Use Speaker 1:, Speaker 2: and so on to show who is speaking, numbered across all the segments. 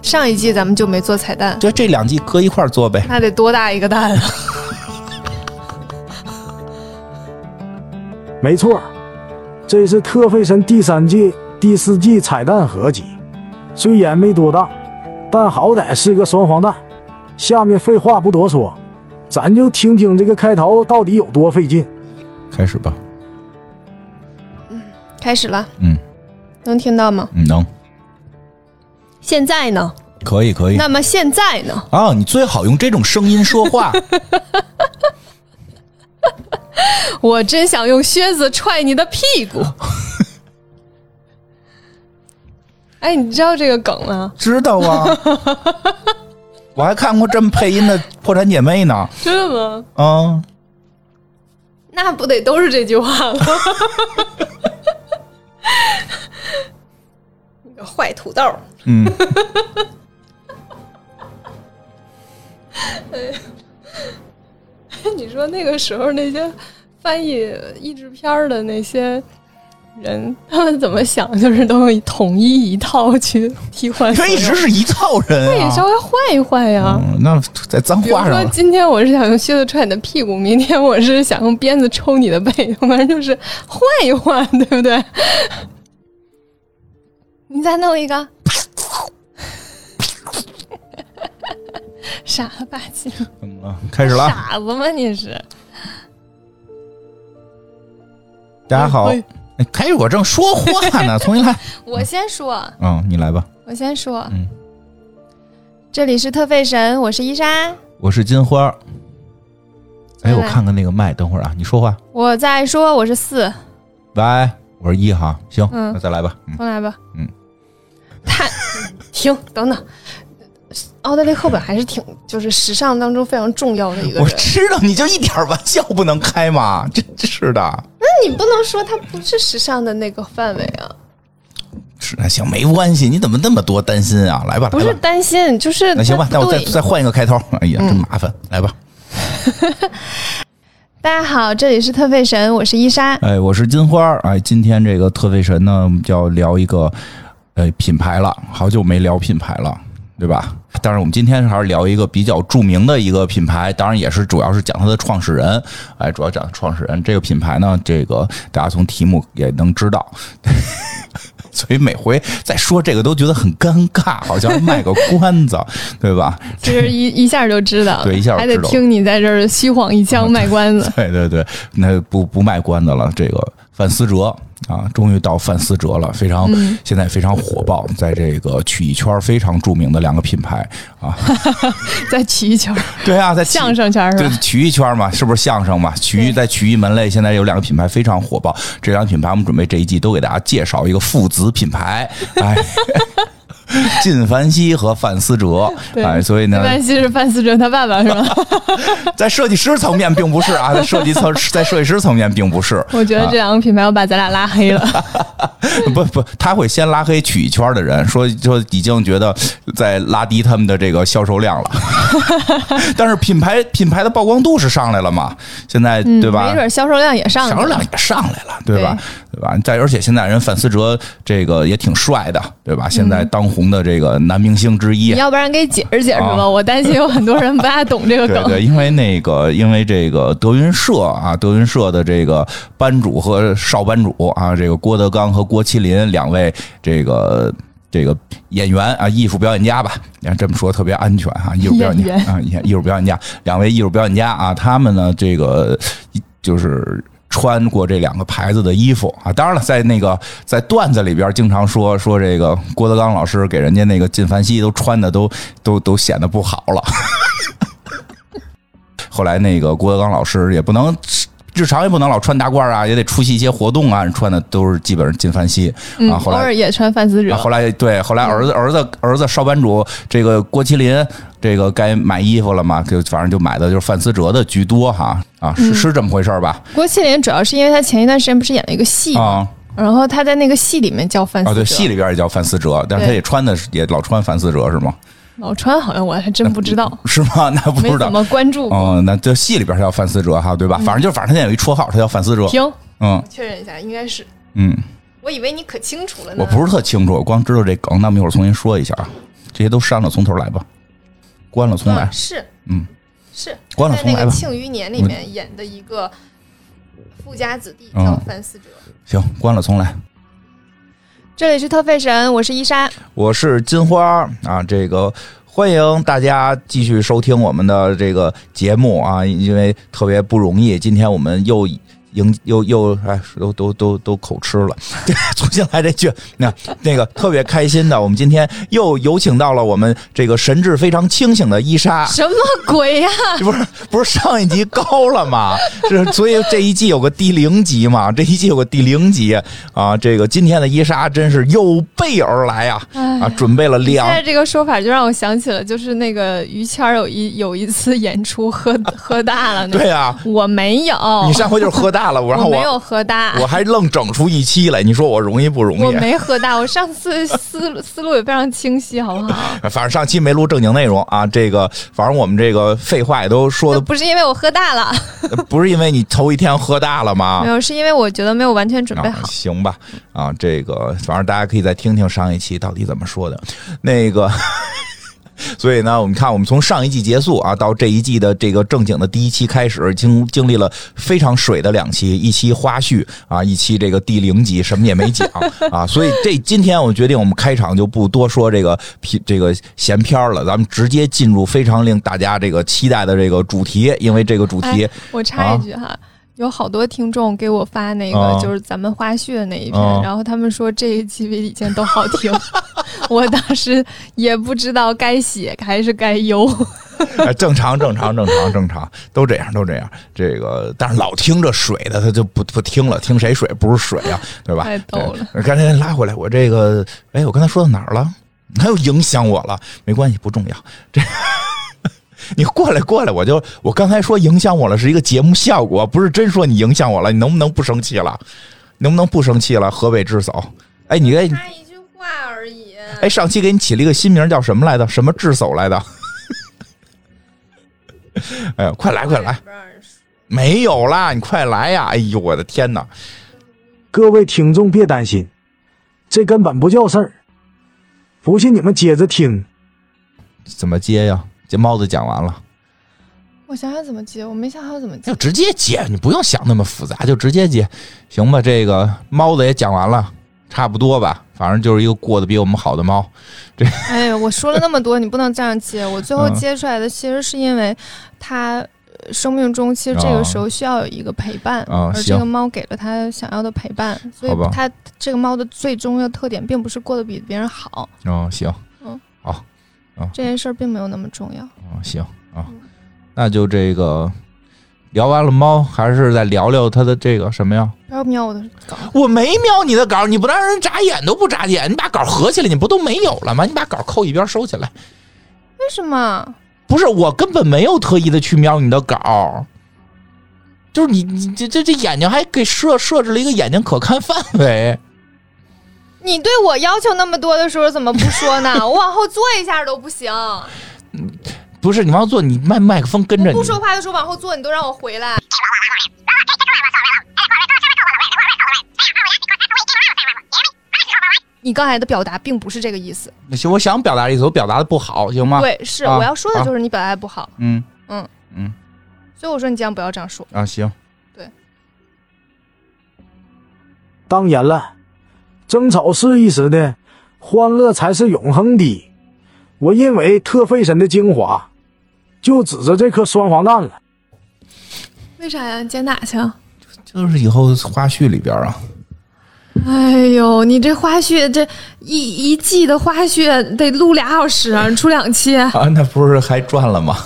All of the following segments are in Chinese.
Speaker 1: 上一季咱们就没做彩蛋，
Speaker 2: 就这两季搁一块儿做呗。
Speaker 1: 那得多大一个蛋啊！
Speaker 3: 没错儿，这是《特费神》第三季、第四季彩蛋合集，虽然没多大，但好歹是个双黄蛋。下面废话不多说，咱就听听这个开头到底有多费劲。
Speaker 2: 开始吧，
Speaker 1: 开始了，
Speaker 2: 嗯，
Speaker 1: 能听到吗？
Speaker 2: 嗯能，
Speaker 1: 现在呢？
Speaker 2: 可以可以。
Speaker 1: 那么现在呢？
Speaker 2: 啊，你最好用这种声音说话。
Speaker 1: 我真想用靴子踹你的屁股。 哎，你知道这个梗吗？
Speaker 2: 知道啊， 我还看过这么配音的《破产姐妹》呢。
Speaker 1: 真的吗？
Speaker 2: 嗯，
Speaker 1: 那不得都是这句话吗？ 你个坏土豆！
Speaker 2: 嗯，
Speaker 1: 你说那个时候那些翻译译制片儿的那些人，他们怎么想？就是都会统一一套去替换所
Speaker 2: 这
Speaker 1: 有，
Speaker 2: 一直是一套
Speaker 1: 那
Speaker 2: 人
Speaker 1: 也
Speaker 2: 啊。
Speaker 1: 稍微换一换呀。
Speaker 2: 嗯，那在脏
Speaker 1: 比如
Speaker 2: 话
Speaker 1: 说
Speaker 2: 上，了。
Speaker 1: 今天我是想用靴子踹你的屁股，明天我是想用鞭子抽你的背，反正就是换一换，对不对？ 你再弄一个， 傻了吧唧，
Speaker 2: 怎么了？开始了啊。
Speaker 1: 傻子吗？你是？
Speaker 2: 大家好
Speaker 1: 哎，
Speaker 2: 哎开始我正说话 呢，重新来。
Speaker 1: 我先说，啊
Speaker 2: 嗯，你来吧。
Speaker 1: 我先说，
Speaker 2: 嗯
Speaker 1: 这里是特费神，我是伊莎，
Speaker 2: 我是金花儿。哎，
Speaker 1: 来
Speaker 2: 我看看那个麦，等会儿啊，你说话。
Speaker 1: 我在说我是四，
Speaker 2: 喂，我是一哈，行，
Speaker 1: 嗯
Speaker 2: 那再来吧。嗯，
Speaker 1: 重来吧。
Speaker 2: 嗯，
Speaker 1: 太 停，等等。奥黛丽·赫本还是挺就是时尚当中非常重要的一个
Speaker 2: 我
Speaker 1: 人，
Speaker 2: 知道你就一点儿玩笑不能开嘛，真是的。
Speaker 1: 那你不能说她不是时尚的那个范围啊，
Speaker 2: 是那行没关系，你怎么那么多担心啊？来吧，
Speaker 1: 不
Speaker 2: 来
Speaker 1: 是
Speaker 2: 吧。
Speaker 1: 担心，就是
Speaker 2: 那行吧，
Speaker 1: 她
Speaker 2: 那
Speaker 1: 不
Speaker 2: 我再
Speaker 1: 对嗯
Speaker 2: 再换一个开头。哎呀，真麻烦，来吧。
Speaker 1: 大家好，这里是特费神，我是伊 莎，
Speaker 2: 哎，我是金花儿。哎，今天这个特费神呢，我们就要聊一个呃品牌了，好久没聊品牌了，对吧？当然，我们今天还是聊一个比较著名的一个品牌，当然也是主要是讲它的创始人。哎，主要讲创始人这个品牌呢，这个大家从题目也能知道。 所以每回再说这个都觉得很尴尬，好像卖个关子，对吧？
Speaker 1: 就是一一下就知道了，
Speaker 2: 对一下就
Speaker 1: 还得
Speaker 2: 知道了
Speaker 1: 听你在这儿虚晃一枪卖关子，
Speaker 2: 对对对，那不不卖关子了，这个范思哲。啊，终于到范思哲了，非常、
Speaker 1: 嗯
Speaker 2: 现在非常火爆，在这个曲艺圈非常著名的两个品牌啊，
Speaker 1: 再起一 圈儿，
Speaker 2: 对啊，在曲
Speaker 1: 相声圈儿是
Speaker 2: 对
Speaker 1: 吧？
Speaker 2: 曲艺圈嘛，是不是相声嘛？曲艺在曲艺门类现在有两个品牌非常火爆，这两个品牌我们准备这一季都给大家介绍一个父子品牌，哎， 靳凡希和范思哲，
Speaker 1: 对
Speaker 2: 哎，所以呢，
Speaker 1: 一般西是范思哲他爸爸是吧？
Speaker 2: 在设计师层面并不是啊，在设计层在设计师层面并不是，
Speaker 1: 我觉得这两个品牌要把咱俩拉黑 了。
Speaker 2: 不不，他会先拉黑曲艺圈的人，说说已经觉得在拉低他们的这个销售量了， 但是品牌品牌的曝光度是上来了嘛？现在对
Speaker 1: 嗯
Speaker 2: 吧
Speaker 1: 没？准销售量也上去
Speaker 2: 销
Speaker 1: 了，
Speaker 2: 售量也上来了，对吧？对吧？再而且现在人范思哲这个也挺帅的，对吧？现
Speaker 1: 嗯
Speaker 2: 在当红的这个男明星之一
Speaker 1: 你，要不然给解释解释吧，
Speaker 2: 啊
Speaker 1: 我担心有很多人不大懂这个
Speaker 2: 对
Speaker 1: 梗。
Speaker 2: 对，因为那个，因为这个德云社啊，德云社的这个班主和少班主啊，这个郭德纲和郭麒麟两位这个。这个演员啊，艺术表演家吧，你看这么说特别安全啊，艺术表演
Speaker 1: 演
Speaker 2: 家
Speaker 1: 员
Speaker 2: 啊，艺艺术表演家，两位艺术表演家啊，他们呢，这个就是穿过这两个牌子的衣服啊。当然了，在那个在段子里边经常说说这个郭德纲老师给人家那个靳凡希都穿的都都都显得不好了，后来那个郭德纲老师也不能。日常也不能老穿大褂啊，也得出席一些活动啊，穿的都是基本上金凡熙、
Speaker 1: 嗯，
Speaker 2: 啊。
Speaker 1: 偶
Speaker 2: 后来
Speaker 1: 尔也穿范思哲
Speaker 2: 啊，，后来对，后来儿子、儿子儿子少班主这个郭麒麟这个该买衣服了嘛，就反正就买的就是范思哲的居多哈啊，
Speaker 1: 嗯
Speaker 2: 是是这么回事儿吧？
Speaker 1: 郭麒麟主要是因为他前一段时间不是演了一个戏，
Speaker 2: 啊
Speaker 1: 然后他在那个戏里面叫范思
Speaker 2: 啊，
Speaker 1: 哲，
Speaker 2: 对，戏里边也叫范思哲，但是他
Speaker 1: 对
Speaker 2: 也穿的是也老穿范思哲是吗？
Speaker 1: 老川哦好像我还真不知道，
Speaker 2: 是 吗？那不
Speaker 1: 没
Speaker 2: 知道
Speaker 1: 怎么关注过。嗯
Speaker 2: 哦，那这戏里边他叫范思哲哈，对吧？反正就反正他现在有一绰号，他叫范思哲。
Speaker 1: 停，
Speaker 2: 嗯
Speaker 1: 确认一下，应该是，
Speaker 2: 嗯。
Speaker 1: 我以为你可清楚了呢。
Speaker 2: 我不是特清楚，我光知道这梗，那么一会儿重新说一下啊。这这些都删了，从头来吧，关了重来
Speaker 1: 嗯，是
Speaker 2: 嗯，
Speaker 1: 是
Speaker 2: 关了
Speaker 1: 在
Speaker 2: 重
Speaker 1: 那
Speaker 2: 来
Speaker 1: 个《
Speaker 2: 吧。嗯
Speaker 1: 庆余年》里面演的一个富家子弟叫
Speaker 2: 嗯
Speaker 1: 范思哲。
Speaker 2: 行，关了重来。
Speaker 1: 这里是特费神，我是伊莎，
Speaker 2: 我是金花啊，这个欢迎大家继续收听我们的这个节目啊，因为特别不容易，今天我们又迎又又哎，都都都都口吃了， 重新来这句，那那个特别开心的，我们今天又有请到了我们这个神志非常清醒的伊莎，
Speaker 1: 什么鬼 呀、
Speaker 2: 不是不是上一集高了吗？是所以这一季有个第零集嘛，这一季有个第零集啊。这个今天的伊莎真是有备而来啊啊，准备了
Speaker 4: 现
Speaker 2: 两
Speaker 4: 在哎这个说法就让我想起了，就是那个于谦儿有一有一次演出喝喝大了，那个
Speaker 2: 对啊，
Speaker 4: 我没有，
Speaker 2: 你上回就是喝大了，我然后
Speaker 4: 哦我没
Speaker 2: 我
Speaker 4: 有喝大，
Speaker 2: 我还愣整出一期来，你说我容易不容
Speaker 4: 我
Speaker 2: 易？
Speaker 4: 没喝大，我上 次思路思路也非常清晰，好不好？
Speaker 2: 反正上期没录正经内容啊，这个反正我们这个废话也都说
Speaker 1: 那
Speaker 2: 的，
Speaker 1: 不是因为我喝大了，
Speaker 2: 不是因为你头一天喝大了吗
Speaker 1: 没？有，是因为我觉得没有完全准备
Speaker 2: 啊
Speaker 1: 好。
Speaker 2: 行吧，啊，这个反正大家可以再听听上一期到底怎么说的。那个， 所以呢，我们看我们从上一季结束啊，到这一季的这个正经的第一期开始，经经历了非常水的两期，一期花絮啊，一期这个第零集什么也没讲啊， 所以这今天我决定我们开场就不多说这个皮这个闲篇儿了，咱们直接进入非常令大家这个期待的这个主题，因为这个主
Speaker 1: 哎
Speaker 2: 题、
Speaker 4: 哎我插一句哈。有好多听众给我发那
Speaker 2: 啊
Speaker 4: 个，就是咱们花絮的那一篇，
Speaker 2: 啊
Speaker 4: 然后他们说这一期比以前都好听， 我当时也不知道该喜还是该 忧。
Speaker 2: 哎，正常，正常，正常，正常，都这样，都这样。这个，但是老听着水的，他就不不听了，听谁水不是水啊，对吧？
Speaker 4: 太逗了
Speaker 2: 对。刚才拉回来，我这个，哎，我刚才说到哪儿了？他又影响我了，没关系，不重要。这。 你过来，过来，我就我刚才说影响我了，是一个节目效果，不是真说你影响我了。你能不能不生气了？能不能不生气了？河北之嫂，哎，你哎
Speaker 1: 插一句话而已，
Speaker 2: 哎，上期给你起了一个新名儿叫什么来着？什么智叟来的？ 哎呦，快来快来！
Speaker 1: 不让人说。
Speaker 2: 没有啦，你快来呀！哎呦，我的天哪！
Speaker 3: 各位听众别担心，这根本不叫事儿。不信你们接着听。
Speaker 2: 怎么接呀？这猫子讲完了，
Speaker 4: 我想想怎么接，我没想好怎么接
Speaker 2: 就。直接接，你不用想那么复杂，就直接接，行吧？这个猫子也讲完了，差不多吧。反正就是一个过得比我们好的猫。
Speaker 1: 哎呀，我说了那么多，你不能这样接。我最后
Speaker 2: 嗯
Speaker 1: 接出来的其实是因为他呃生命中其实这个时候需要有一个陪伴，
Speaker 2: 啊啊
Speaker 1: 而
Speaker 2: 行
Speaker 1: 哦这个猫给了他想要的陪伴，所以
Speaker 2: 好吧
Speaker 1: 它这个猫的最终的特点并不是过得比别人好，
Speaker 2: 嗯，行，
Speaker 1: 这件事儿并没有那么重要。
Speaker 2: 嗯，行啊，那就这个聊完了猫，还是再聊聊它的这个什么呀？
Speaker 1: 不要瞄我的稿，
Speaker 2: 我没瞄你的稿，你不让人眨眼都不眨眼，你把稿合起来，你不都没有了吗？你把稿扣一边收起来。
Speaker 1: 为什么？
Speaker 2: 不是，我根本没有特意的去瞄你的稿，就是你你这这这眼睛还给设设置了一个眼睛可看范围。
Speaker 1: 你对我要求那么多的时候怎么不说呢？我往后坐一下都不 行，
Speaker 2: 不是你往做，你麦麦克风跟着
Speaker 1: 我
Speaker 2: 你
Speaker 1: 不。说话的时候往后坐，你都让我回来。你刚才的表达并不是这个意思，
Speaker 2: 行，我想表达的意思，我表达的不好，行吗？
Speaker 1: 对，是、
Speaker 2: 啊
Speaker 1: 我要说的就是你表达得不好，
Speaker 2: 嗯
Speaker 1: 所以我说你尽量不要这样说。
Speaker 2: 啊，行，
Speaker 3: 当然了，争吵是一时的，欢乐才是永恒的。我认为特费神的精华，就指着这颗双黄蛋了。
Speaker 4: 为啥呀？你捡哪去啊？
Speaker 2: 就是以后花絮里边啊，
Speaker 4: 哎呦，你这花絮这一一季的花絮得录俩小时， 你出两期，
Speaker 2: 啊，那不是还赚了吗？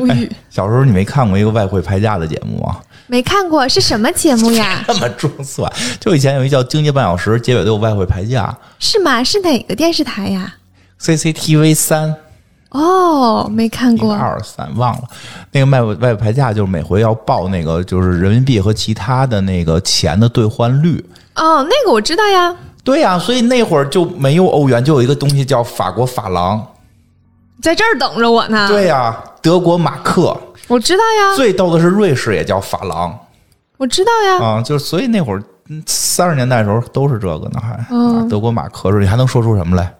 Speaker 4: 无语。
Speaker 2: 小时候你没看过一个外汇牌价的节目啊？
Speaker 1: 没看过是什么节目 呀？
Speaker 2: 这么装蒜，就以前有一叫《经济半小时》，结尾都有外汇牌价
Speaker 1: 是吗？是哪个电视台呀？
Speaker 2: ，CCTV 三
Speaker 1: 哦，没看
Speaker 2: 一个
Speaker 1: 过。
Speaker 2: 二三忘了，那个外汇外汇牌价就是每回要报那个就是人民币和其他的那个钱的兑换率。
Speaker 1: 哦，那个我知道呀，
Speaker 2: 对呀、所以那会儿就没有欧元，就有一个东西叫法国法郎。
Speaker 1: 在这儿等着我呢。
Speaker 2: 对呀、德国马克。
Speaker 1: 我知道呀，
Speaker 2: 最逗的是瑞士也叫法郎
Speaker 1: 我知道 呀。
Speaker 2: 啊，就是所以那会儿三十年代的时候都是这个呢，还、啊
Speaker 1: 嗯
Speaker 2: 德国马克，你还能说出什么来？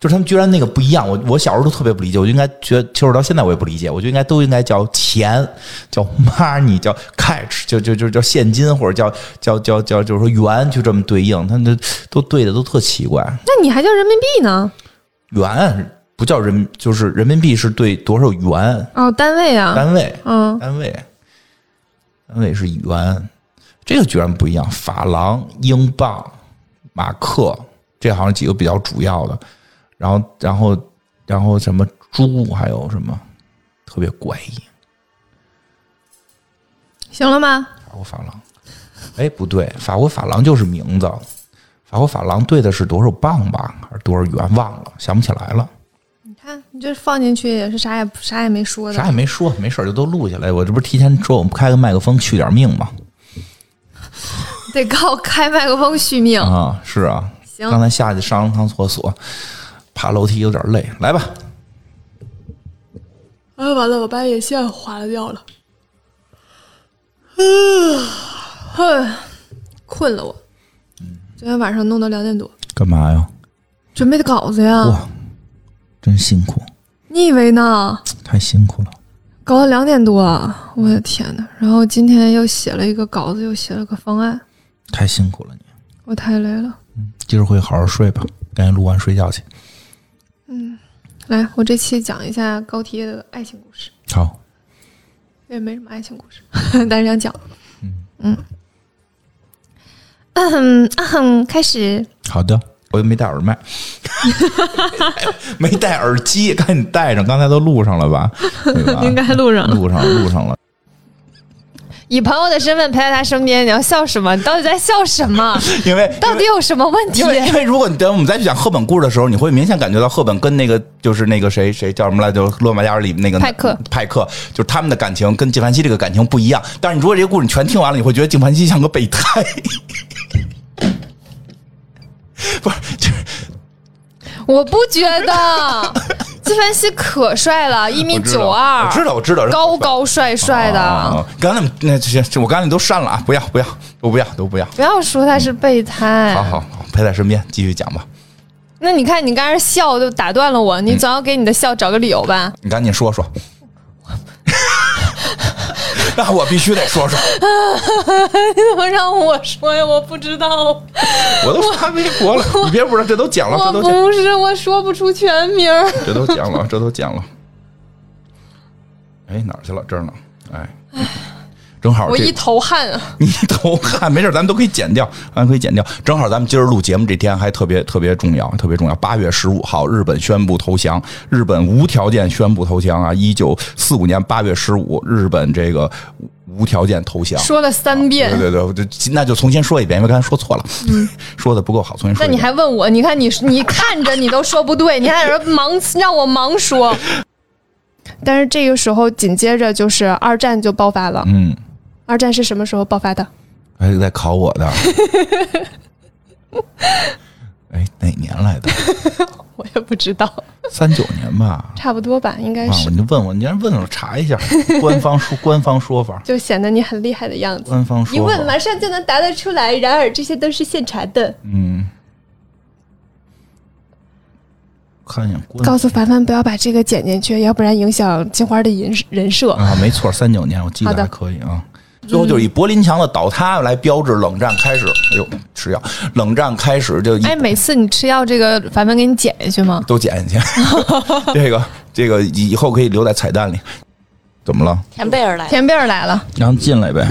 Speaker 2: 就是他们居然那个不一样，我我小时候都特别不理解，我就应该觉得，其实到现在我也不理解，我就应该都应该叫钱，叫 money，叫 catch，就就就叫现金或者叫叫叫叫就是说元，就这么对应，他们都都对的都特奇怪，
Speaker 4: 那你还叫人民币呢？
Speaker 2: 元不叫人，就是人民币是对多少元
Speaker 4: 哦，单位啊，
Speaker 2: 单位，
Speaker 4: 嗯，
Speaker 2: 单位，单位是元，这个居然不一样。法郎、英镑、马克，这好像几个比较主要的。然后，然后，然后什么猪，还有什么特别怪异？
Speaker 4: 行了吗？
Speaker 2: 法国法郎，哎，不对，法国法郎就是名字。法国法郎对的是多少磅吧，还是多少元？忘了，想不起来了，
Speaker 4: 你看，你这放进去也是啥也不啥也没说
Speaker 2: 啥
Speaker 4: 的，
Speaker 2: 也没说，没事儿就都录下来。我这不是提前说我们开个麦克风续点命吗？
Speaker 4: 得靠开麦克风续命。
Speaker 2: 啊，是啊，
Speaker 4: 行
Speaker 2: 刚才下去上了趟厕所，爬楼梯有点累，来吧，
Speaker 4: 哎，完了，我把眼线划掉了。哼，困了我。昨天晚上弄到两点多，
Speaker 2: 干嘛呀？
Speaker 4: 准备的稿子呀。
Speaker 2: 哇，真辛苦，
Speaker 4: 你以为呢？
Speaker 2: 太辛苦了。
Speaker 4: 搞到两点多，啊我的天呐，然后今天又写了一个稿子，又写了个方案，
Speaker 2: 太辛苦了你，
Speaker 4: 我太累了。
Speaker 2: 今儿回去好好睡吧，赶紧录完睡觉去。
Speaker 4: 来，我这期讲一下高铁的爱情故事，
Speaker 2: 好，
Speaker 4: 也没什么爱情故事，但是想讲。嗯， 啊哼，开始。
Speaker 2: 好的，我又没戴耳麦， 没戴耳机，赶紧戴上，刚才都录上了吧？对吧
Speaker 4: 应该录上了
Speaker 2: 录上了，录上了。
Speaker 1: 以朋友的身份陪在他身边，你要笑什么？你到底在笑什 么？
Speaker 2: 因为
Speaker 1: 到底有什么问题
Speaker 2: 因？为因为如果你等我们再去讲赫本故事的时候，你会明显感觉到赫本跟那个就是那个谁谁叫什么来着，《罗马假日》里那个
Speaker 1: 派克
Speaker 2: 派克，就是他们的感情跟纪梵希这个感情不一样。但是你如果这个故事你全听完了，你会觉得纪梵希像个备胎。 不是，就是
Speaker 1: 我不觉得，纪梵希可帅了，一米
Speaker 2: 我知道
Speaker 1: 九二，
Speaker 2: 我知道，我知道，
Speaker 1: 高高帅帅的。
Speaker 2: 啊刚才那这些，这我刚才你都删了啊！不要，不要，都不要，都不要。
Speaker 1: 不要说他是备胎。
Speaker 2: 好好好，陪在身边，继续讲吧。
Speaker 1: 那你看你刚才笑就打断了我，你
Speaker 2: 嗯
Speaker 1: 总要给你的笑找个理由 吧？
Speaker 2: 你赶紧说说。那我必须得说说，
Speaker 1: 你怎么让我说呀？我不知道，
Speaker 2: 我都发微博了，你别不知道，这都讲了，这
Speaker 1: 我
Speaker 2: 都讲，
Speaker 1: 不是，我说不出全名儿。
Speaker 2: 这都讲了，这都讲了。哎，哪儿去了？这儿呢？哎，正好
Speaker 1: 我
Speaker 2: 这
Speaker 1: 一头汗啊！
Speaker 2: 你头汗，没事，咱们都可以剪掉，咱们可以剪掉。正好咱们今儿录节目这天还特别特别重要，特别重要。八月十五号，日本宣布投降，日本无条件宣布投降啊！一九四五年八月十五，日本这个无条件投降。
Speaker 1: 说了三遍，嗯
Speaker 2: 对对对，我就那就重新说一遍，因为刚才说错了， 说的不够好，重新
Speaker 1: 那
Speaker 2: 说一遍。
Speaker 1: 你还问我？你看你你看着你都说不对，你还在这忙让我盲说。 但是这个时候紧接着就是二战就爆发了。
Speaker 2: 嗯，
Speaker 1: 二战是什么时候爆发的？
Speaker 2: 还是在考我 的。哎，哪年来的？
Speaker 1: 我也不知道，
Speaker 2: 三九年吧，
Speaker 1: 差不多吧，应该
Speaker 2: 忘
Speaker 1: 是
Speaker 2: 了。，你就问我，你让问了，我查一下 官方说官方说法。
Speaker 1: 就显得你很厉害的样子。
Speaker 2: 官方说
Speaker 1: 一问
Speaker 2: 法
Speaker 1: 马上就能答得出来，然而这些都是现查的。
Speaker 2: 嗯，看一眼官
Speaker 1: 告诉凡凡不要把这个剪进去，要不然影响金花的人人设。
Speaker 2: 啊，没错，三九年我记得
Speaker 1: 好的嗯
Speaker 2: 还可以啊。最后就是以柏林墙的倒塌来标志冷战开始。哎呦，吃药！冷战开始就一
Speaker 1: 哎，每次你吃药，这个凡凡给你剪下去吗？
Speaker 2: 都剪进去。 这个这个以后可以留在彩蛋里。怎么了？
Speaker 5: 田贝尔来了，
Speaker 1: 田贝儿来了，
Speaker 2: 让进来呗。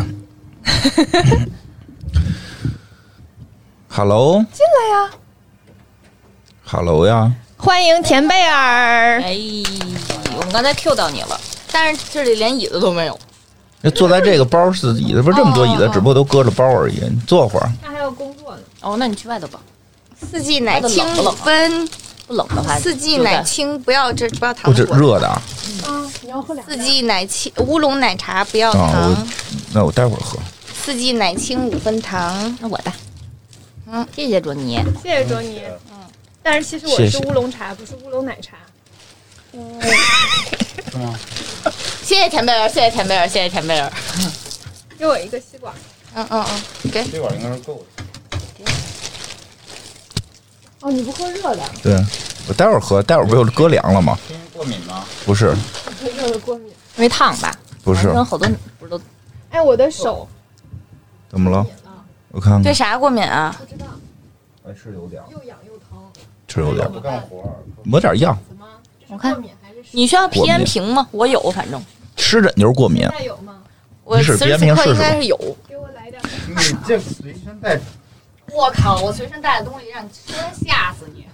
Speaker 2: Hello，进来呀。Hello 呀，
Speaker 1: 欢迎田贝尔。
Speaker 5: 哎，我们刚才 Q 到你了，但是这里连椅子都没有。
Speaker 2: 那坐在这个包是椅子，不是这么多椅子，只不过都搁着包而已。你坐会儿。
Speaker 1: 他还要工作呢。
Speaker 5: 哦，那你去外头吧，
Speaker 6: 四季奶清五分，
Speaker 5: 啊不冷的话。
Speaker 6: 四季
Speaker 5: 就在
Speaker 6: 奶清不要这不要
Speaker 2: 不
Speaker 6: 糖
Speaker 2: 是
Speaker 6: 果，
Speaker 2: 热的啊，
Speaker 6: 四季奶清乌龙奶茶不要
Speaker 2: 啊
Speaker 6: 糖，
Speaker 2: 我那我待会儿喝。
Speaker 6: 四季奶清五分糖。
Speaker 5: 那我的，嗯，谢谢卓尼。
Speaker 4: 谢谢卓尼。嗯，但是其实
Speaker 2: 我是谢谢乌
Speaker 4: 龙茶，不是乌龙奶茶。
Speaker 5: 谢谢田贝尔，谢谢田贝尔，谢谢田贝尔。
Speaker 4: 给我一个吸管。
Speaker 6: 嗯嗯嗯，给
Speaker 2: 这碗应该是够的。
Speaker 4: 哦，你不喝热的？
Speaker 2: 对，我待会儿喝，待会儿不就搁凉了吗？
Speaker 7: 过敏吗？
Speaker 2: 不是，
Speaker 5: 因为烫吧？
Speaker 2: 不是
Speaker 5: 好，像好多不是都
Speaker 1: 哎，我的手，
Speaker 2: 怎么了？我看看，
Speaker 5: 对啥过敏啊？
Speaker 2: 哎是有点，是有点，
Speaker 7: 不干活儿，
Speaker 2: 抹点药，
Speaker 5: 我看你需要皮炎平吗？我有，反正
Speaker 2: 湿疹就是过敏。
Speaker 5: 我
Speaker 2: 没
Speaker 5: 此
Speaker 2: 事
Speaker 5: 时
Speaker 2: 皮炎
Speaker 5: 此
Speaker 2: 平
Speaker 5: 刻
Speaker 2: 试
Speaker 5: 应
Speaker 2: 试
Speaker 5: 该
Speaker 2: 吧
Speaker 5: 是有。
Speaker 7: 你这随身带
Speaker 6: 我靠！我随身带的东西让你突然吓死 你。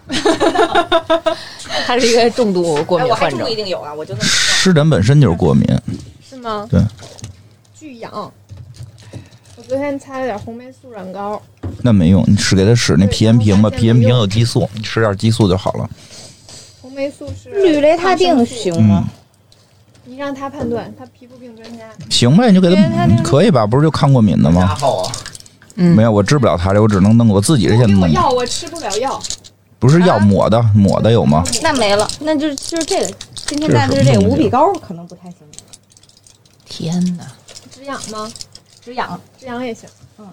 Speaker 5: 他是一个重度过
Speaker 6: 哎，
Speaker 5: 敏
Speaker 6: 我还
Speaker 5: 患
Speaker 6: 真
Speaker 5: 者
Speaker 6: 不一。定有啊，我就那么
Speaker 2: 湿疹本身就是过敏，
Speaker 1: 是吗？
Speaker 2: 对，
Speaker 1: 巨痒。我昨天擦了点红霉素软膏，
Speaker 2: 那没用，你吃给他使那
Speaker 1: 对
Speaker 2: 皮炎平
Speaker 1: 我发
Speaker 2: 吧，
Speaker 1: 现
Speaker 2: 皮炎平
Speaker 1: 没用
Speaker 2: 有激素，你吃点激素就好了。
Speaker 1: 红霉素是
Speaker 6: 氯雷他定
Speaker 1: 抗生素
Speaker 6: 行
Speaker 2: 嗯
Speaker 6: 吗？，
Speaker 1: 你让他判断，他皮肤病专家。
Speaker 2: 行呗，你就给
Speaker 1: 因为他那
Speaker 2: 他
Speaker 1: 个
Speaker 2: 嗯可以吧？不是就抗过敏的
Speaker 7: 加
Speaker 2: 吗？
Speaker 7: 号啊，
Speaker 5: 嗯
Speaker 2: 没有，我治不了他这，我只能弄我自己这些
Speaker 1: 给我
Speaker 2: 弄。
Speaker 1: 药，我吃不啊了药。
Speaker 2: 不是药抹的，抹的有吗？
Speaker 6: 那没了，那就就是这个。今天
Speaker 2: 这
Speaker 6: 带的是
Speaker 2: 是
Speaker 6: 这
Speaker 2: 什么东
Speaker 6: 个五
Speaker 2: 西啊
Speaker 6: 比高，可能不太行，
Speaker 5: 天哪！
Speaker 1: 止痒吗？
Speaker 6: 止痒。
Speaker 1: 止痒也行。
Speaker 6: 嗯，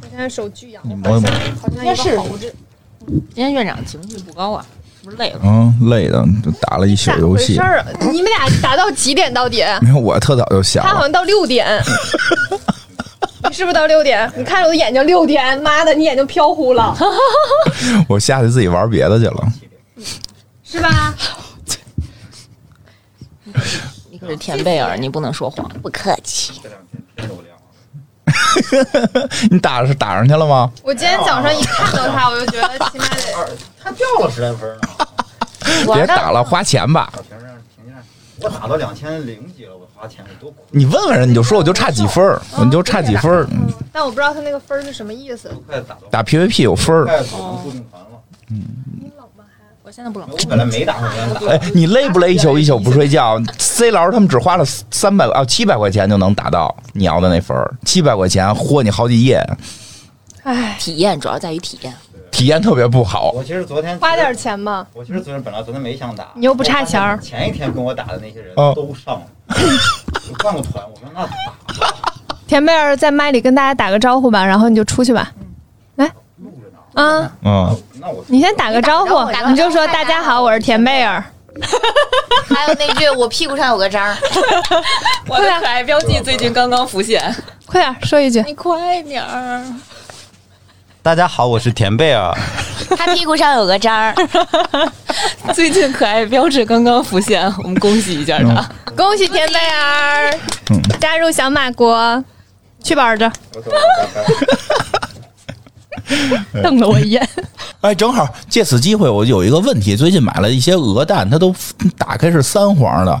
Speaker 1: 我现在手巨痒，
Speaker 2: 你
Speaker 1: 好
Speaker 2: 摸一摸
Speaker 1: 像好像
Speaker 6: 那
Speaker 1: 有
Speaker 6: 是
Speaker 1: 个猴子。
Speaker 5: 今天院长情绪不高啊，是不是累了？
Speaker 2: 嗯，累的，就打了一宿
Speaker 1: 咋
Speaker 2: 游
Speaker 1: 回
Speaker 2: 戏嗯
Speaker 1: 事。儿啊？你们俩打到几点到 底？
Speaker 2: 没有，我特早就下
Speaker 1: 他好
Speaker 2: 了。
Speaker 1: 像到六点。 你是不是到六点？你看着我的眼睛，六点，妈的，你眼睛飘忽了，
Speaker 2: 我下去自己玩别的去了。
Speaker 1: 是吧？
Speaker 5: 你可是田贝尔，你嗯不能说谎。
Speaker 6: 不客气。
Speaker 7: 这两天天都凉了。
Speaker 2: 你打是打上去了吗？
Speaker 1: 我今天早
Speaker 2: 啊
Speaker 1: 上一看到他，我就觉得起码得
Speaker 7: 二，他掉了十来分儿呢。
Speaker 2: 别打了，花钱吧。
Speaker 7: 小平让平静，我打到两千零几了，我花钱我多亏。
Speaker 2: 你问问人，你就说我就差几分儿，我就差几分儿。嗯
Speaker 1: 但我不知道他那个分儿是什么意思。
Speaker 7: 快打到
Speaker 2: 打 PVP 有分儿。
Speaker 7: 快组成固定团了。
Speaker 5: 我现在不冷
Speaker 7: 我本来没打算先打，
Speaker 2: 哎，你累不累？一宿一宿不睡觉？C 老师他们只花了三百啊七百块钱就能打到你要的那分儿，七百块钱豁你好几夜，
Speaker 1: 唉，
Speaker 5: 哎体验主要在于体验。
Speaker 2: 体验特别不好。
Speaker 7: 我其实昨天
Speaker 1: 花点。钱吧。
Speaker 7: 我其实昨天本来昨天没想打，
Speaker 1: 你又不差钱儿
Speaker 7: 前一天跟我打的那些人
Speaker 2: 哦
Speaker 7: 都 上了，我换个团，我说那打
Speaker 1: 田贝尔在麦里跟大家打个招呼吧，然后你就出去吧。
Speaker 7: 录着呢。
Speaker 1: 啊，
Speaker 2: 嗯，
Speaker 7: 那我
Speaker 1: 你先打个招呼
Speaker 6: 打个招，呼
Speaker 1: 你就说大家好，我是田贝尔。
Speaker 6: 还有那句我屁股上有个章儿，
Speaker 5: 我的可爱标记最近刚刚浮现，
Speaker 1: 快点说一句，
Speaker 5: 你快点儿！
Speaker 7: 大家好，我是田贝尔。
Speaker 6: 他屁股上有个章儿。
Speaker 5: 最近可爱标志刚刚浮现，我们恭喜一下他。
Speaker 1: 恭喜田贝尔
Speaker 2: 嗯
Speaker 1: 加入小马国，去吧，儿子，
Speaker 7: 我走了，拜拜。
Speaker 1: 瞪了我一 眼。
Speaker 2: 哎，正好借此机会，我有一个问题，最近买了一些鹅蛋，它都打开是三黄的，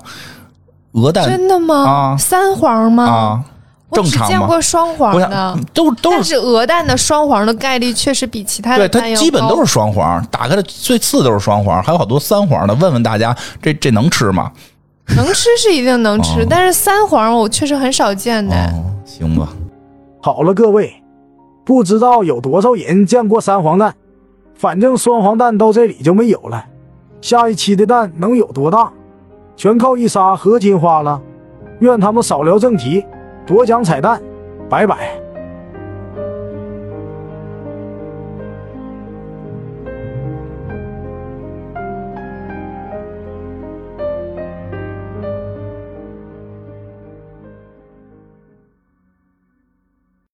Speaker 2: 鹅蛋
Speaker 1: 真的吗？
Speaker 2: 啊
Speaker 1: 三黄吗？
Speaker 2: 啊，
Speaker 1: 我
Speaker 2: 正
Speaker 1: 只
Speaker 2: 常
Speaker 1: 见
Speaker 2: 吗
Speaker 1: 过？双黄
Speaker 2: 我
Speaker 1: 的
Speaker 2: 想，都都
Speaker 1: 但
Speaker 2: 是
Speaker 1: 是鹅蛋的双黄的概率确实比其他的
Speaker 2: 对，它
Speaker 1: 蛋要
Speaker 2: 基本
Speaker 1: 高
Speaker 2: 都是双黄，打开的最次都是双黄，还有好多三黄的。问问大家，这这能吃吗？
Speaker 1: 能吃是一定能吃
Speaker 2: 哦，
Speaker 1: 但是三黄我确实很少见的。
Speaker 2: 哦，行吧，
Speaker 3: 好了，各位，不知道有多少人见过三黄蛋，反正双黄蛋到这里就没有了。下一期的蛋能有多大，全靠一杀和金花了。愿他们少聊正题，多讲彩蛋。拜拜。